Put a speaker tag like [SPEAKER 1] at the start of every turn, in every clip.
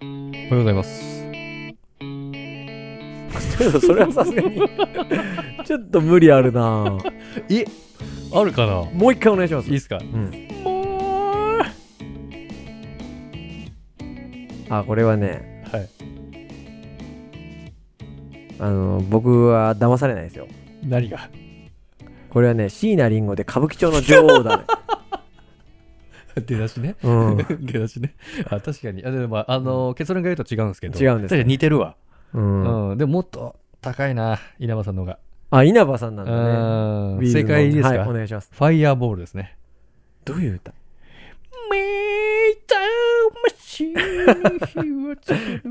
[SPEAKER 1] おはようございます。
[SPEAKER 2] ちょっとそれはさすがに ちょっと無理あるな
[SPEAKER 1] えあるかない
[SPEAKER 2] もう一回お願いします
[SPEAKER 1] いっすか
[SPEAKER 2] うん、
[SPEAKER 1] もう
[SPEAKER 2] あこれはね
[SPEAKER 1] はい。
[SPEAKER 2] あの僕は騙されないですよ
[SPEAKER 1] 何が
[SPEAKER 2] これはね椎名林檎で歌舞伎町の女王だね
[SPEAKER 1] 出だしね。
[SPEAKER 2] うん
[SPEAKER 1] 出だしね。あ、確かに。あ、でも、ああの、結論が言うと違うんですけど。
[SPEAKER 2] 違うんですね
[SPEAKER 1] 確かに似てるわ。
[SPEAKER 2] うん、
[SPEAKER 1] うん。でも、もっと高いな、稲葉さんの方が。
[SPEAKER 2] あ稲葉さんなんだね
[SPEAKER 1] う
[SPEAKER 2] ビ
[SPEAKER 1] ん。
[SPEAKER 2] ーズ
[SPEAKER 1] 正
[SPEAKER 2] の
[SPEAKER 1] 解いいですか
[SPEAKER 2] はいお願いします
[SPEAKER 1] ファイヤーボールですね。
[SPEAKER 2] どういう歌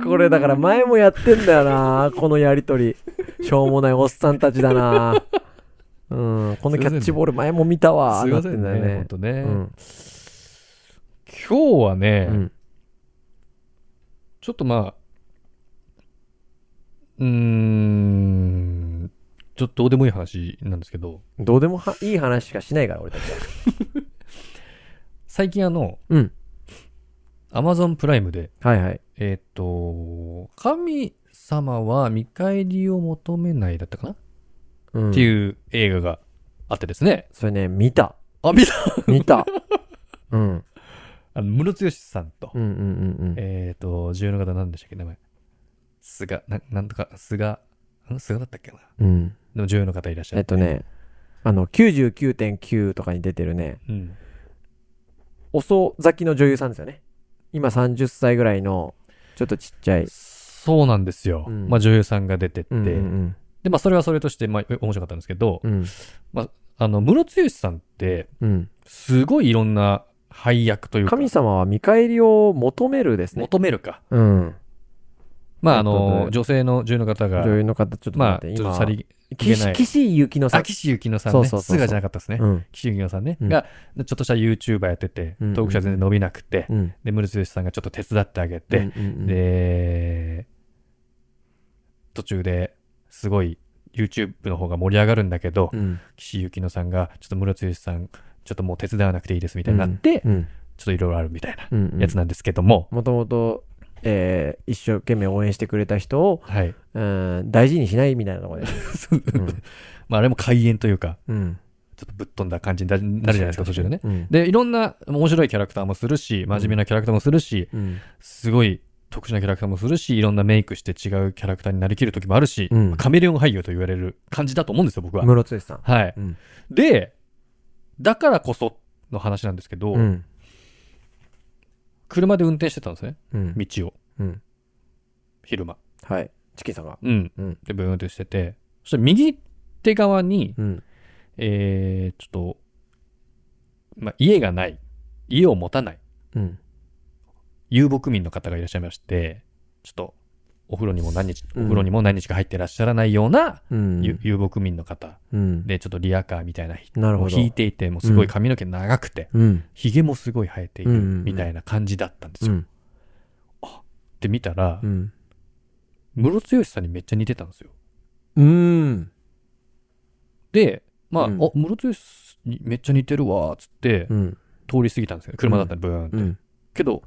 [SPEAKER 2] これだから前もやってんだよなこのやりとりしょうもないおっさんたちだなうんこのキャッチボール前も見たわ
[SPEAKER 1] すい
[SPEAKER 2] な
[SPEAKER 1] ま
[SPEAKER 2] っ
[SPEAKER 1] せ
[SPEAKER 2] て
[SPEAKER 1] ん
[SPEAKER 2] んだ
[SPEAKER 1] ね、ほ
[SPEAKER 2] よ
[SPEAKER 1] ん
[SPEAKER 2] ね
[SPEAKER 1] とね。
[SPEAKER 2] うん
[SPEAKER 1] 今日はね、
[SPEAKER 2] うん
[SPEAKER 1] ちょっとまあ、うーん、ちょっとどうでもいい話なんですけど、
[SPEAKER 2] どうでもはいい話しかしないから俺たちは
[SPEAKER 1] 最近あの、
[SPEAKER 2] うん
[SPEAKER 1] アマゾンプライムで、
[SPEAKER 2] はいはい
[SPEAKER 1] えーっ、と、神様は見返りを求めないだったかな、
[SPEAKER 2] うん
[SPEAKER 1] っていう映画があってですね。
[SPEAKER 2] それね見た
[SPEAKER 1] あ、見た
[SPEAKER 2] 見たうん
[SPEAKER 1] あの、ムロツヨシさんと、
[SPEAKER 2] うんうんうんうん
[SPEAKER 1] えーっ、と、重要な方なんでしたっけ、名前。菅、ななんとか、菅、ん菅だったっけな
[SPEAKER 2] うん
[SPEAKER 1] の重要な方いらっしゃ
[SPEAKER 2] え
[SPEAKER 1] る。
[SPEAKER 2] っとねあの99.9とかに出てるね
[SPEAKER 1] うん。
[SPEAKER 2] 遅咲きの女優さんですよね今30歳ぐらいのちょっとちっちゃい
[SPEAKER 1] そうなんですよ。
[SPEAKER 2] うん
[SPEAKER 1] まあ女優さんが出てって、
[SPEAKER 2] うんうん
[SPEAKER 1] で、まあそれはそれとして、まあえ面白かったんですけど、
[SPEAKER 2] うん
[SPEAKER 1] あの、ムロツヨシさんって、
[SPEAKER 2] うん
[SPEAKER 1] すごいいろんな配役というか、
[SPEAKER 2] 神様は見返りを求めるですね
[SPEAKER 1] 求めるか。
[SPEAKER 2] うん
[SPEAKER 1] まああ
[SPEAKER 2] えっと
[SPEAKER 1] の
[SPEAKER 2] ね、
[SPEAKER 1] 女性の女優の方が
[SPEAKER 2] 女、優の方ちょっと
[SPEAKER 1] まあ、
[SPEAKER 2] 待
[SPEAKER 1] ち
[SPEAKER 2] っ
[SPEAKER 1] ょ
[SPEAKER 2] て
[SPEAKER 1] っと
[SPEAKER 2] 今
[SPEAKER 1] さり、げない
[SPEAKER 2] 岸岸井ゆきのさ
[SPEAKER 1] あ、
[SPEAKER 2] ん
[SPEAKER 1] 岸由紀乃さん
[SPEAKER 2] そう
[SPEAKER 1] ね、
[SPEAKER 2] そうそうそう
[SPEAKER 1] 菅じゃなかったですね。
[SPEAKER 2] うん
[SPEAKER 1] 岸由紀乃さんね、
[SPEAKER 2] うん
[SPEAKER 1] が、ちょっとした YouTuber やってて
[SPEAKER 2] うんうん、
[SPEAKER 1] トークショー全然伸びなくて、
[SPEAKER 2] うん
[SPEAKER 1] で、ムロツヨシさんがちょっと手伝ってあげて、
[SPEAKER 2] うんうんうん
[SPEAKER 1] で、途中ですごい YouTube の方が盛り上がるんだけど、
[SPEAKER 2] うん
[SPEAKER 1] 岸由紀乃さんが、ちょっとムロツヨシさん、ちょっともう手伝わなくていいですみたいになって、ちょ
[SPEAKER 2] うん
[SPEAKER 1] っといろいろあるみたいな
[SPEAKER 2] うんうん
[SPEAKER 1] やつなんですけども、
[SPEAKER 2] もともと、えー一生懸命応援してくれた人を、
[SPEAKER 1] はい。
[SPEAKER 2] うん、大事にしないみたいなところで。 うん
[SPEAKER 1] まあ、あれも開演というか、
[SPEAKER 2] うん。
[SPEAKER 1] ちょっとぶっ飛んだ感じにななるじゃないですか、途中でね。
[SPEAKER 2] うん。
[SPEAKER 1] で、いろんな面白いキャラクターもするし、真面目なキャラクターもするし、
[SPEAKER 2] うん。
[SPEAKER 1] すごい特殊なキャラクターもするし、いろんなメイクして違うキャラクターになりきる時もあるし、
[SPEAKER 2] うん
[SPEAKER 1] カメレオン俳優と言われる感じだと思うんですよ、僕は。
[SPEAKER 2] 室津さん。
[SPEAKER 1] はい、
[SPEAKER 2] うん
[SPEAKER 1] で、だからこその話なんですけど、
[SPEAKER 2] うん。
[SPEAKER 1] 車で運転してたんですね、
[SPEAKER 2] うん。
[SPEAKER 1] 道を、
[SPEAKER 2] うん
[SPEAKER 1] 昼間。
[SPEAKER 2] はい。チキンさんが。
[SPEAKER 1] うん。
[SPEAKER 2] うん
[SPEAKER 1] で、ブーンってしてて、そして右手側に、
[SPEAKER 2] うん。
[SPEAKER 1] えー、ちょっと、まあ、家がない、家を持たない
[SPEAKER 2] うん。
[SPEAKER 1] 遊牧民の方がいらっしゃいまして、ちょっと、お風呂にも何日、お風呂にも何日か入ってらっしゃらないような、
[SPEAKER 2] うん。
[SPEAKER 1] ゆ遊牧民の方
[SPEAKER 2] うん。
[SPEAKER 1] で、ちょっとリアカーみたいな人
[SPEAKER 2] なる
[SPEAKER 1] を
[SPEAKER 2] ほど。
[SPEAKER 1] 引いていて、もうすごい髪の毛長くて、
[SPEAKER 2] うん。
[SPEAKER 1] 髭もすごい生えている
[SPEAKER 2] うんうんうん
[SPEAKER 1] みたいな感じだったんです
[SPEAKER 2] う
[SPEAKER 1] よ。
[SPEAKER 2] ん。
[SPEAKER 1] って見たら
[SPEAKER 2] う、ん。
[SPEAKER 1] ムロツヨシさんにめっちゃ似てたんですよ。
[SPEAKER 2] うん。
[SPEAKER 1] で、まあ、
[SPEAKER 2] うん
[SPEAKER 1] お、ムロツヨシにめっちゃ似てるわ、つって
[SPEAKER 2] う、ん。
[SPEAKER 1] 通り過ぎたんですよ。車だったんで、ブーンって。
[SPEAKER 2] うん。
[SPEAKER 1] けど、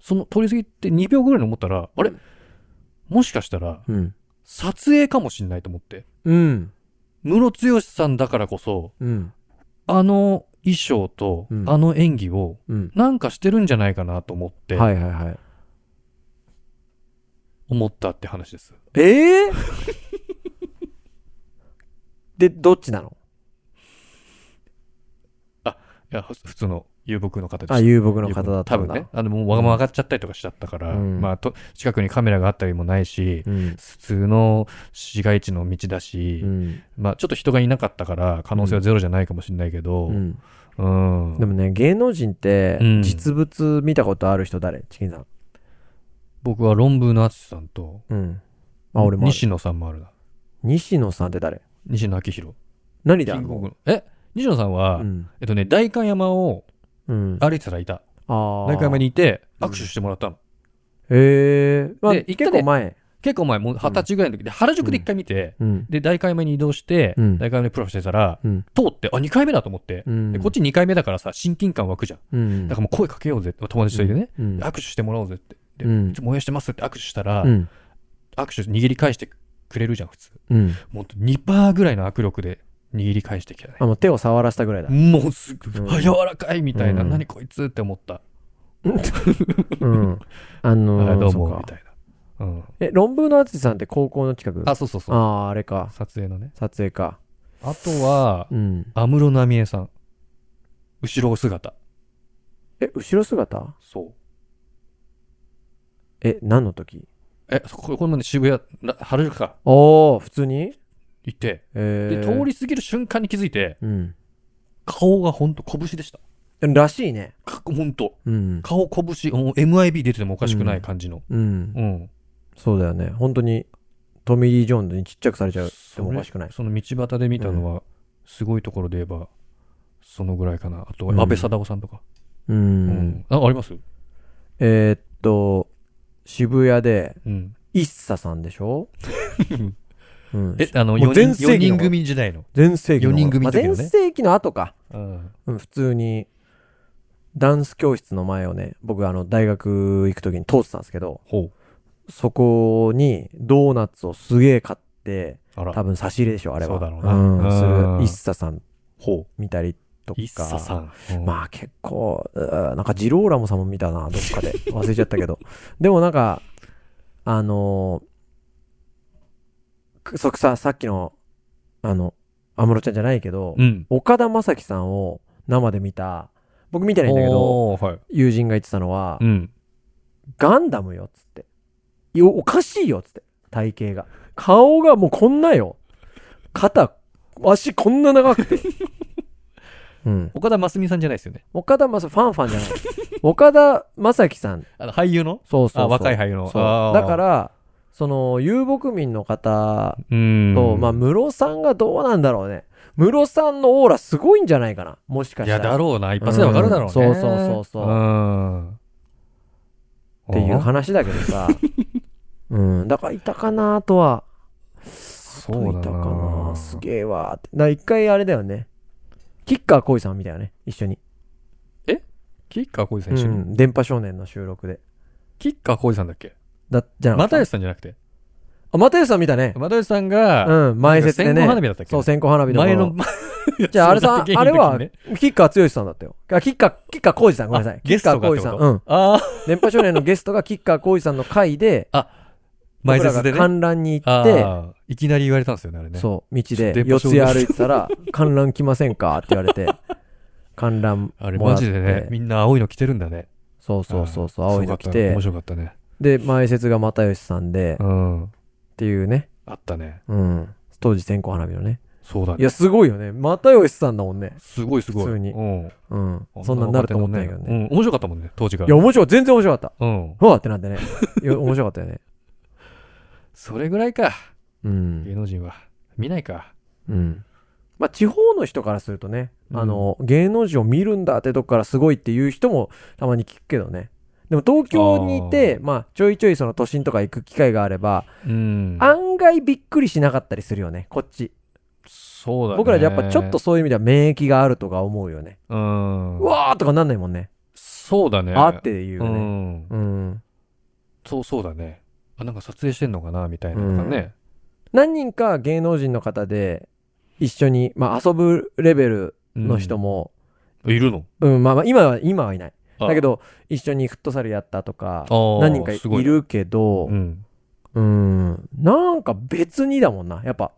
[SPEAKER 1] その通り過ぎて2秒ぐらいに思ったら、あれもしかしたら、
[SPEAKER 2] うん。
[SPEAKER 1] 撮影かもしんないと思って。
[SPEAKER 2] うん。
[SPEAKER 1] ムロツヨシさんだからこそ、
[SPEAKER 2] うん。
[SPEAKER 1] あの衣装と、
[SPEAKER 2] うん
[SPEAKER 1] あの演技を、
[SPEAKER 2] うん。
[SPEAKER 1] なんかしてるんじゃないかなと思って、
[SPEAKER 2] はいはいはい。
[SPEAKER 1] 思ったって話です。
[SPEAKER 2] ええで、どっちなの
[SPEAKER 1] いや、ふ普通の遊牧の方でした。
[SPEAKER 2] あ、遊牧の方だった
[SPEAKER 1] 多
[SPEAKER 2] ん
[SPEAKER 1] 分
[SPEAKER 2] だ。
[SPEAKER 1] ね。あの、もうわがまま上がっちゃったりとかしちゃったから、
[SPEAKER 2] うん
[SPEAKER 1] まあと、近くにカメラがあったりもないし、
[SPEAKER 2] うん。
[SPEAKER 1] 普通の市街地の道だし、
[SPEAKER 2] うん。
[SPEAKER 1] まあ、ちょっと人がいなかったから、可能性はゼロじゃないかもしれないけど、
[SPEAKER 2] う
[SPEAKER 1] うん。
[SPEAKER 2] ん。でもね、芸能人って
[SPEAKER 1] うん、
[SPEAKER 2] 実物見たことある人誰、チキンさん。
[SPEAKER 1] 僕は論文の淳さんと、
[SPEAKER 2] うん。あ、俺もある。
[SPEAKER 1] 西野さんもあるな。
[SPEAKER 2] 西野さんって誰
[SPEAKER 1] 西野昭弘。
[SPEAKER 2] 何
[SPEAKER 1] キ
[SPEAKER 2] であ
[SPEAKER 1] ン
[SPEAKER 2] ん
[SPEAKER 1] グ
[SPEAKER 2] の
[SPEAKER 1] コングのえ西野さんは、
[SPEAKER 2] うん。
[SPEAKER 1] えっとね、代官山を
[SPEAKER 2] うん。
[SPEAKER 1] 歩いてたらいた。
[SPEAKER 2] あ
[SPEAKER 1] 代官山にいて、
[SPEAKER 2] うん
[SPEAKER 1] 握手してもらったの。
[SPEAKER 2] へえ。まあ、
[SPEAKER 1] で一回
[SPEAKER 2] 結
[SPEAKER 1] ね
[SPEAKER 2] 構前。
[SPEAKER 1] 結構前、もう二十歳ぐらいの時で、原宿で一回見て、
[SPEAKER 2] うん。
[SPEAKER 1] で、代官山に移動して、
[SPEAKER 2] うん
[SPEAKER 1] 代官山でプロしてたら、
[SPEAKER 2] うん
[SPEAKER 1] 通って、あ、二回目だと思って。
[SPEAKER 2] うん。
[SPEAKER 1] で、こっち二回目だからさ、親近感湧くじゃん。
[SPEAKER 2] うん。
[SPEAKER 1] だからもう声かけようぜ、友達といてね。
[SPEAKER 2] うん、
[SPEAKER 1] 握手してもらおうぜって。って、
[SPEAKER 2] うん
[SPEAKER 1] 燃やしてますって握手したら、
[SPEAKER 2] うん。
[SPEAKER 1] 握手握り返してくれるじゃん、普通。
[SPEAKER 2] うん。
[SPEAKER 1] もう2%ぐらいの握力で握り返してきたね。
[SPEAKER 2] あ、もう手を触らしたぐらいだ。
[SPEAKER 1] もうすぐ、
[SPEAKER 2] うん
[SPEAKER 1] あ柔らかいみたいな、
[SPEAKER 2] うん
[SPEAKER 1] 何こいつって思った。
[SPEAKER 2] うん。あの
[SPEAKER 1] あ
[SPEAKER 2] ー、
[SPEAKER 1] どう
[SPEAKER 2] そ
[SPEAKER 1] も、
[SPEAKER 2] か
[SPEAKER 1] みたいな。うん。
[SPEAKER 2] え、論文の淳さんって高校の近く
[SPEAKER 1] あ、そうそうそう。
[SPEAKER 2] あー、あれか。
[SPEAKER 1] 撮影のね。
[SPEAKER 2] 撮影か。
[SPEAKER 1] あとは
[SPEAKER 2] う、ん。
[SPEAKER 1] 安室奈美恵さん。後ろ姿。
[SPEAKER 2] え、後ろ姿
[SPEAKER 1] そう。
[SPEAKER 2] え、何の時
[SPEAKER 1] え、そここれまで渋谷、ら原宿か、
[SPEAKER 2] おー、普通に
[SPEAKER 1] 行って、
[SPEAKER 2] え
[SPEAKER 1] で、
[SPEAKER 2] ー。
[SPEAKER 1] 通り過ぎる瞬間に気づいて、
[SPEAKER 2] うん。
[SPEAKER 1] 顔がほんと拳でした。
[SPEAKER 2] らしいね。
[SPEAKER 1] かほんと。
[SPEAKER 2] うん。
[SPEAKER 1] 顔拳、もう MIB 出ててもおかしくない感じの。
[SPEAKER 2] うん。
[SPEAKER 1] うん。
[SPEAKER 2] そうだよね。本当に、トミー・リー・ジョーンズにちっちゃくされちゃう。でもおかしくない。
[SPEAKER 1] その道端で見たのは、すごいところで言えば、そのぐらいかな。あとは
[SPEAKER 2] うん
[SPEAKER 1] 安倍貞夫さんとか。
[SPEAKER 2] う。。
[SPEAKER 1] うんあ、あります
[SPEAKER 2] えーっと、渋谷で、
[SPEAKER 1] うん。
[SPEAKER 2] イッサさんで しょうん。
[SPEAKER 1] え、あの、
[SPEAKER 2] もう
[SPEAKER 1] 4
[SPEAKER 2] 全
[SPEAKER 1] 人
[SPEAKER 2] 盛期の
[SPEAKER 1] 四人組時代の。
[SPEAKER 2] 全盛期の頃。
[SPEAKER 1] 四人組の時のね
[SPEAKER 2] まあ全盛期の後か。
[SPEAKER 1] うん。
[SPEAKER 2] うん、普通に、ダンス教室の前をね、僕あの、大学行く時に通ってたんですけど、
[SPEAKER 1] ほ
[SPEAKER 2] そこにドーナツをすげえ買って、
[SPEAKER 1] う。あら。
[SPEAKER 2] 多分差し入れでしょ、あれは。
[SPEAKER 1] そうだろうな
[SPEAKER 2] うん、す
[SPEAKER 1] うん
[SPEAKER 2] る。イッサさん
[SPEAKER 1] ほ
[SPEAKER 2] 見たりとか。
[SPEAKER 1] う。一茶さん。うん
[SPEAKER 2] まあ結構、うーなんかジローラモさんも見たな、どっ かで。忘れちゃったけど。でもなんか、あのーくそさ、さっきの、あの、安室ちゃんじゃないけど、
[SPEAKER 1] うん。
[SPEAKER 2] 岡田将生さんを生で見た、僕見てないんだけど、
[SPEAKER 1] おーはい。
[SPEAKER 2] 友人が言ってたのは、
[SPEAKER 1] うん。
[SPEAKER 2] ガンダムよ、っつって。いやおかしいよ、っつって。体型が。顔がもうこんなよ。肩、足こんな長 くて。うん。
[SPEAKER 1] 岡田真澄さんじゃないですよね。
[SPEAKER 2] 岡田まさ、ファンファンじゃない。 岡田正樹さん。
[SPEAKER 1] あの、俳優の
[SPEAKER 2] そうそうそう。
[SPEAKER 1] あ、若い俳優の。
[SPEAKER 2] そう。だから、その、遊牧民の方
[SPEAKER 1] うん。
[SPEAKER 2] と、まあ、室さんがどうなんだろうね。室さんのオーラすごいんじゃないかな。もしか
[SPEAKER 1] い
[SPEAKER 2] した
[SPEAKER 1] や、
[SPEAKER 2] ら。
[SPEAKER 1] だろうな。一発でわかるだろうね。
[SPEAKER 2] うんそうそうそうそう
[SPEAKER 1] うん。っ
[SPEAKER 2] っていう話だけど さ。うん。だから、いたかなとは。
[SPEAKER 1] そうだ
[SPEAKER 2] いたか
[SPEAKER 1] な
[SPEAKER 2] なすげえわーって。だから一回あれだよね。キッカー恋さんみたいなね。一緒に。
[SPEAKER 1] キッカー浩二さ
[SPEAKER 2] うん
[SPEAKER 1] 一緒に。
[SPEAKER 2] ん。電波少年の収録で。
[SPEAKER 1] キッカー浩二さんだっけ
[SPEAKER 2] だ、じゃなかっ
[SPEAKER 1] 又
[SPEAKER 2] た
[SPEAKER 1] 吉さんじゃなくて。
[SPEAKER 2] あ、又吉さん見たね。
[SPEAKER 1] 又吉さんが、
[SPEAKER 2] うん。前説で
[SPEAKER 1] 線香
[SPEAKER 2] ね。
[SPEAKER 1] 花火だったっけ
[SPEAKER 2] そう、線香花火の頃
[SPEAKER 1] 前の、
[SPEAKER 2] じゃあ、あ れ
[SPEAKER 1] そうだ
[SPEAKER 2] さ
[SPEAKER 1] っ
[SPEAKER 2] ん
[SPEAKER 1] け、
[SPEAKER 2] あれは
[SPEAKER 1] 現役の時ね、
[SPEAKER 2] 吉川剛さんだったよ。あ、吉川、吉川浩二さん、ごめんなさい。
[SPEAKER 1] ゲ
[SPEAKER 2] 吉
[SPEAKER 1] スト
[SPEAKER 2] 川
[SPEAKER 1] がってこ
[SPEAKER 2] 浩二
[SPEAKER 1] と
[SPEAKER 2] さん。うん。
[SPEAKER 1] ああ、
[SPEAKER 2] 電波少年のゲストが吉川浩二さんの回で、
[SPEAKER 1] 前
[SPEAKER 2] 僕ら
[SPEAKER 1] 説
[SPEAKER 2] が
[SPEAKER 1] でね。
[SPEAKER 2] 観覧に行って、
[SPEAKER 1] ああ、いきなり言われたんですよね、あれね。
[SPEAKER 2] そう、道で
[SPEAKER 1] 電、波
[SPEAKER 2] 四
[SPEAKER 1] 少
[SPEAKER 2] ツ
[SPEAKER 1] 年
[SPEAKER 2] 谷歩いてたら、 観覧来ませんかって言われて、観覧
[SPEAKER 1] あれ
[SPEAKER 2] もら
[SPEAKER 1] マ
[SPEAKER 2] って。
[SPEAKER 1] ジでね、みんな青いの着てるんだね。
[SPEAKER 2] そうそうそうそう、
[SPEAKER 1] ああ
[SPEAKER 2] 青いの来
[SPEAKER 1] す
[SPEAKER 2] て
[SPEAKER 1] ご、かったね面白かっ
[SPEAKER 2] で、前説が又吉さんで
[SPEAKER 1] た、ね。うん。
[SPEAKER 2] っていうね。
[SPEAKER 1] あったね。
[SPEAKER 2] うん。当時線香花火のね。
[SPEAKER 1] そうだ
[SPEAKER 2] い
[SPEAKER 1] ね。
[SPEAKER 2] や、すごいよね。又吉さんだもんね。
[SPEAKER 1] すごいすごい。
[SPEAKER 2] 普通に
[SPEAKER 1] うん。
[SPEAKER 2] うん。そんなんなると思ったんだけど
[SPEAKER 1] う
[SPEAKER 2] ね。
[SPEAKER 1] ん。面白かったもんね、当時か
[SPEAKER 2] いや、
[SPEAKER 1] ら。
[SPEAKER 2] 面白い。全然面白かった。
[SPEAKER 1] うん。
[SPEAKER 2] うわってなってね。いや面白かったよ ね。
[SPEAKER 1] それぐらいか、
[SPEAKER 2] うん。
[SPEAKER 1] 芸能人は。見ないか。
[SPEAKER 2] うん。まあ、地方の人からするとね、
[SPEAKER 1] うん
[SPEAKER 2] あの、芸能人を見るんだってとこからすごいっていう人もたまに聞くけどね。でも東京にいて、
[SPEAKER 1] あー
[SPEAKER 2] まあ、ちょいちょいその都心とか行く機会があれば、
[SPEAKER 1] うん。
[SPEAKER 2] 案外びっくりしなかったりするよね、こっち。
[SPEAKER 1] そうだね。
[SPEAKER 2] 僕らやっぱちょっとそういう意味では免疫があるとか思うよね。
[SPEAKER 1] うん。
[SPEAKER 2] うわーとかなんないもんね。
[SPEAKER 1] そうだね。
[SPEAKER 2] あーってい
[SPEAKER 1] う
[SPEAKER 2] うね。
[SPEAKER 1] ん。
[SPEAKER 2] うん。
[SPEAKER 1] そう、そうだね。あ、なんか撮影してんのかなみたいなのがね。
[SPEAKER 2] 何人か芸能人の方で、一緒に、まあ、遊ぶレベル
[SPEAKER 1] うん
[SPEAKER 2] の人も、
[SPEAKER 1] いるの
[SPEAKER 2] うん、まあまあ、今は、今はいない。だけ
[SPEAKER 1] ど、
[SPEAKER 2] ど、一緒にフットサルやったとか、
[SPEAKER 1] あ
[SPEAKER 2] 何人か
[SPEAKER 1] すご
[SPEAKER 2] い
[SPEAKER 1] い
[SPEAKER 2] るけど、
[SPEAKER 1] う。
[SPEAKER 2] うんーん、なんか別にだもんな、やっぱ。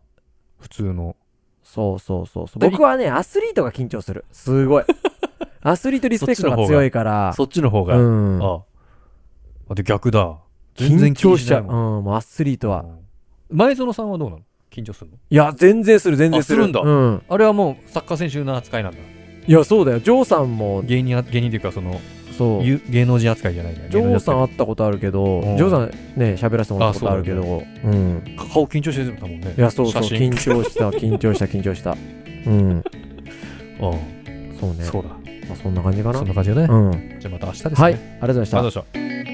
[SPEAKER 1] 普通の。
[SPEAKER 2] そうそうそうそう。
[SPEAKER 1] で
[SPEAKER 2] 僕はね、アスリートが緊張する。すごい。アスリートリスペクトが強いから、
[SPEAKER 1] そっちの方
[SPEAKER 2] う
[SPEAKER 1] が。あ
[SPEAKER 2] ん、
[SPEAKER 1] あ。で、逆だ。全然
[SPEAKER 2] 緊張しちゃう。
[SPEAKER 1] 気
[SPEAKER 2] うん、
[SPEAKER 1] にないもん
[SPEAKER 2] もうアスリートは。
[SPEAKER 1] うん前園さんはどうなの緊張するの
[SPEAKER 2] いや、全然する、全然する。
[SPEAKER 1] あするんだ
[SPEAKER 2] うん。
[SPEAKER 1] あれはもうサッカー選手の扱いなんだ。
[SPEAKER 2] いや、そうだよ。ジョーさんも、
[SPEAKER 1] 芸人あ、芸人っていうか、その、
[SPEAKER 2] そう。ジ
[SPEAKER 1] ゆ芸能人扱いじゃないじゃん。
[SPEAKER 2] ョーさん
[SPEAKER 1] 芸
[SPEAKER 2] 会ったことあるけど、
[SPEAKER 1] うん
[SPEAKER 2] ジョーさんね、喋らせてもらったことあるけど、うん。
[SPEAKER 1] 能人って顔緊張してるんだもんね。
[SPEAKER 2] いや、そうそう、
[SPEAKER 1] 写真
[SPEAKER 2] 緊張した、 緊張した、緊張した。うん。
[SPEAKER 1] あ
[SPEAKER 2] そうね
[SPEAKER 1] あ、。そうだ。
[SPEAKER 2] まあ、そんな感じかな
[SPEAKER 1] そん。な感じだね。
[SPEAKER 2] うん。
[SPEAKER 1] じゃあまた明日ですね。
[SPEAKER 2] はい、
[SPEAKER 1] あ
[SPEAKER 2] あ
[SPEAKER 1] り
[SPEAKER 2] りがとうございまし
[SPEAKER 1] がとうござい
[SPEAKER 2] た
[SPEAKER 1] ま。した。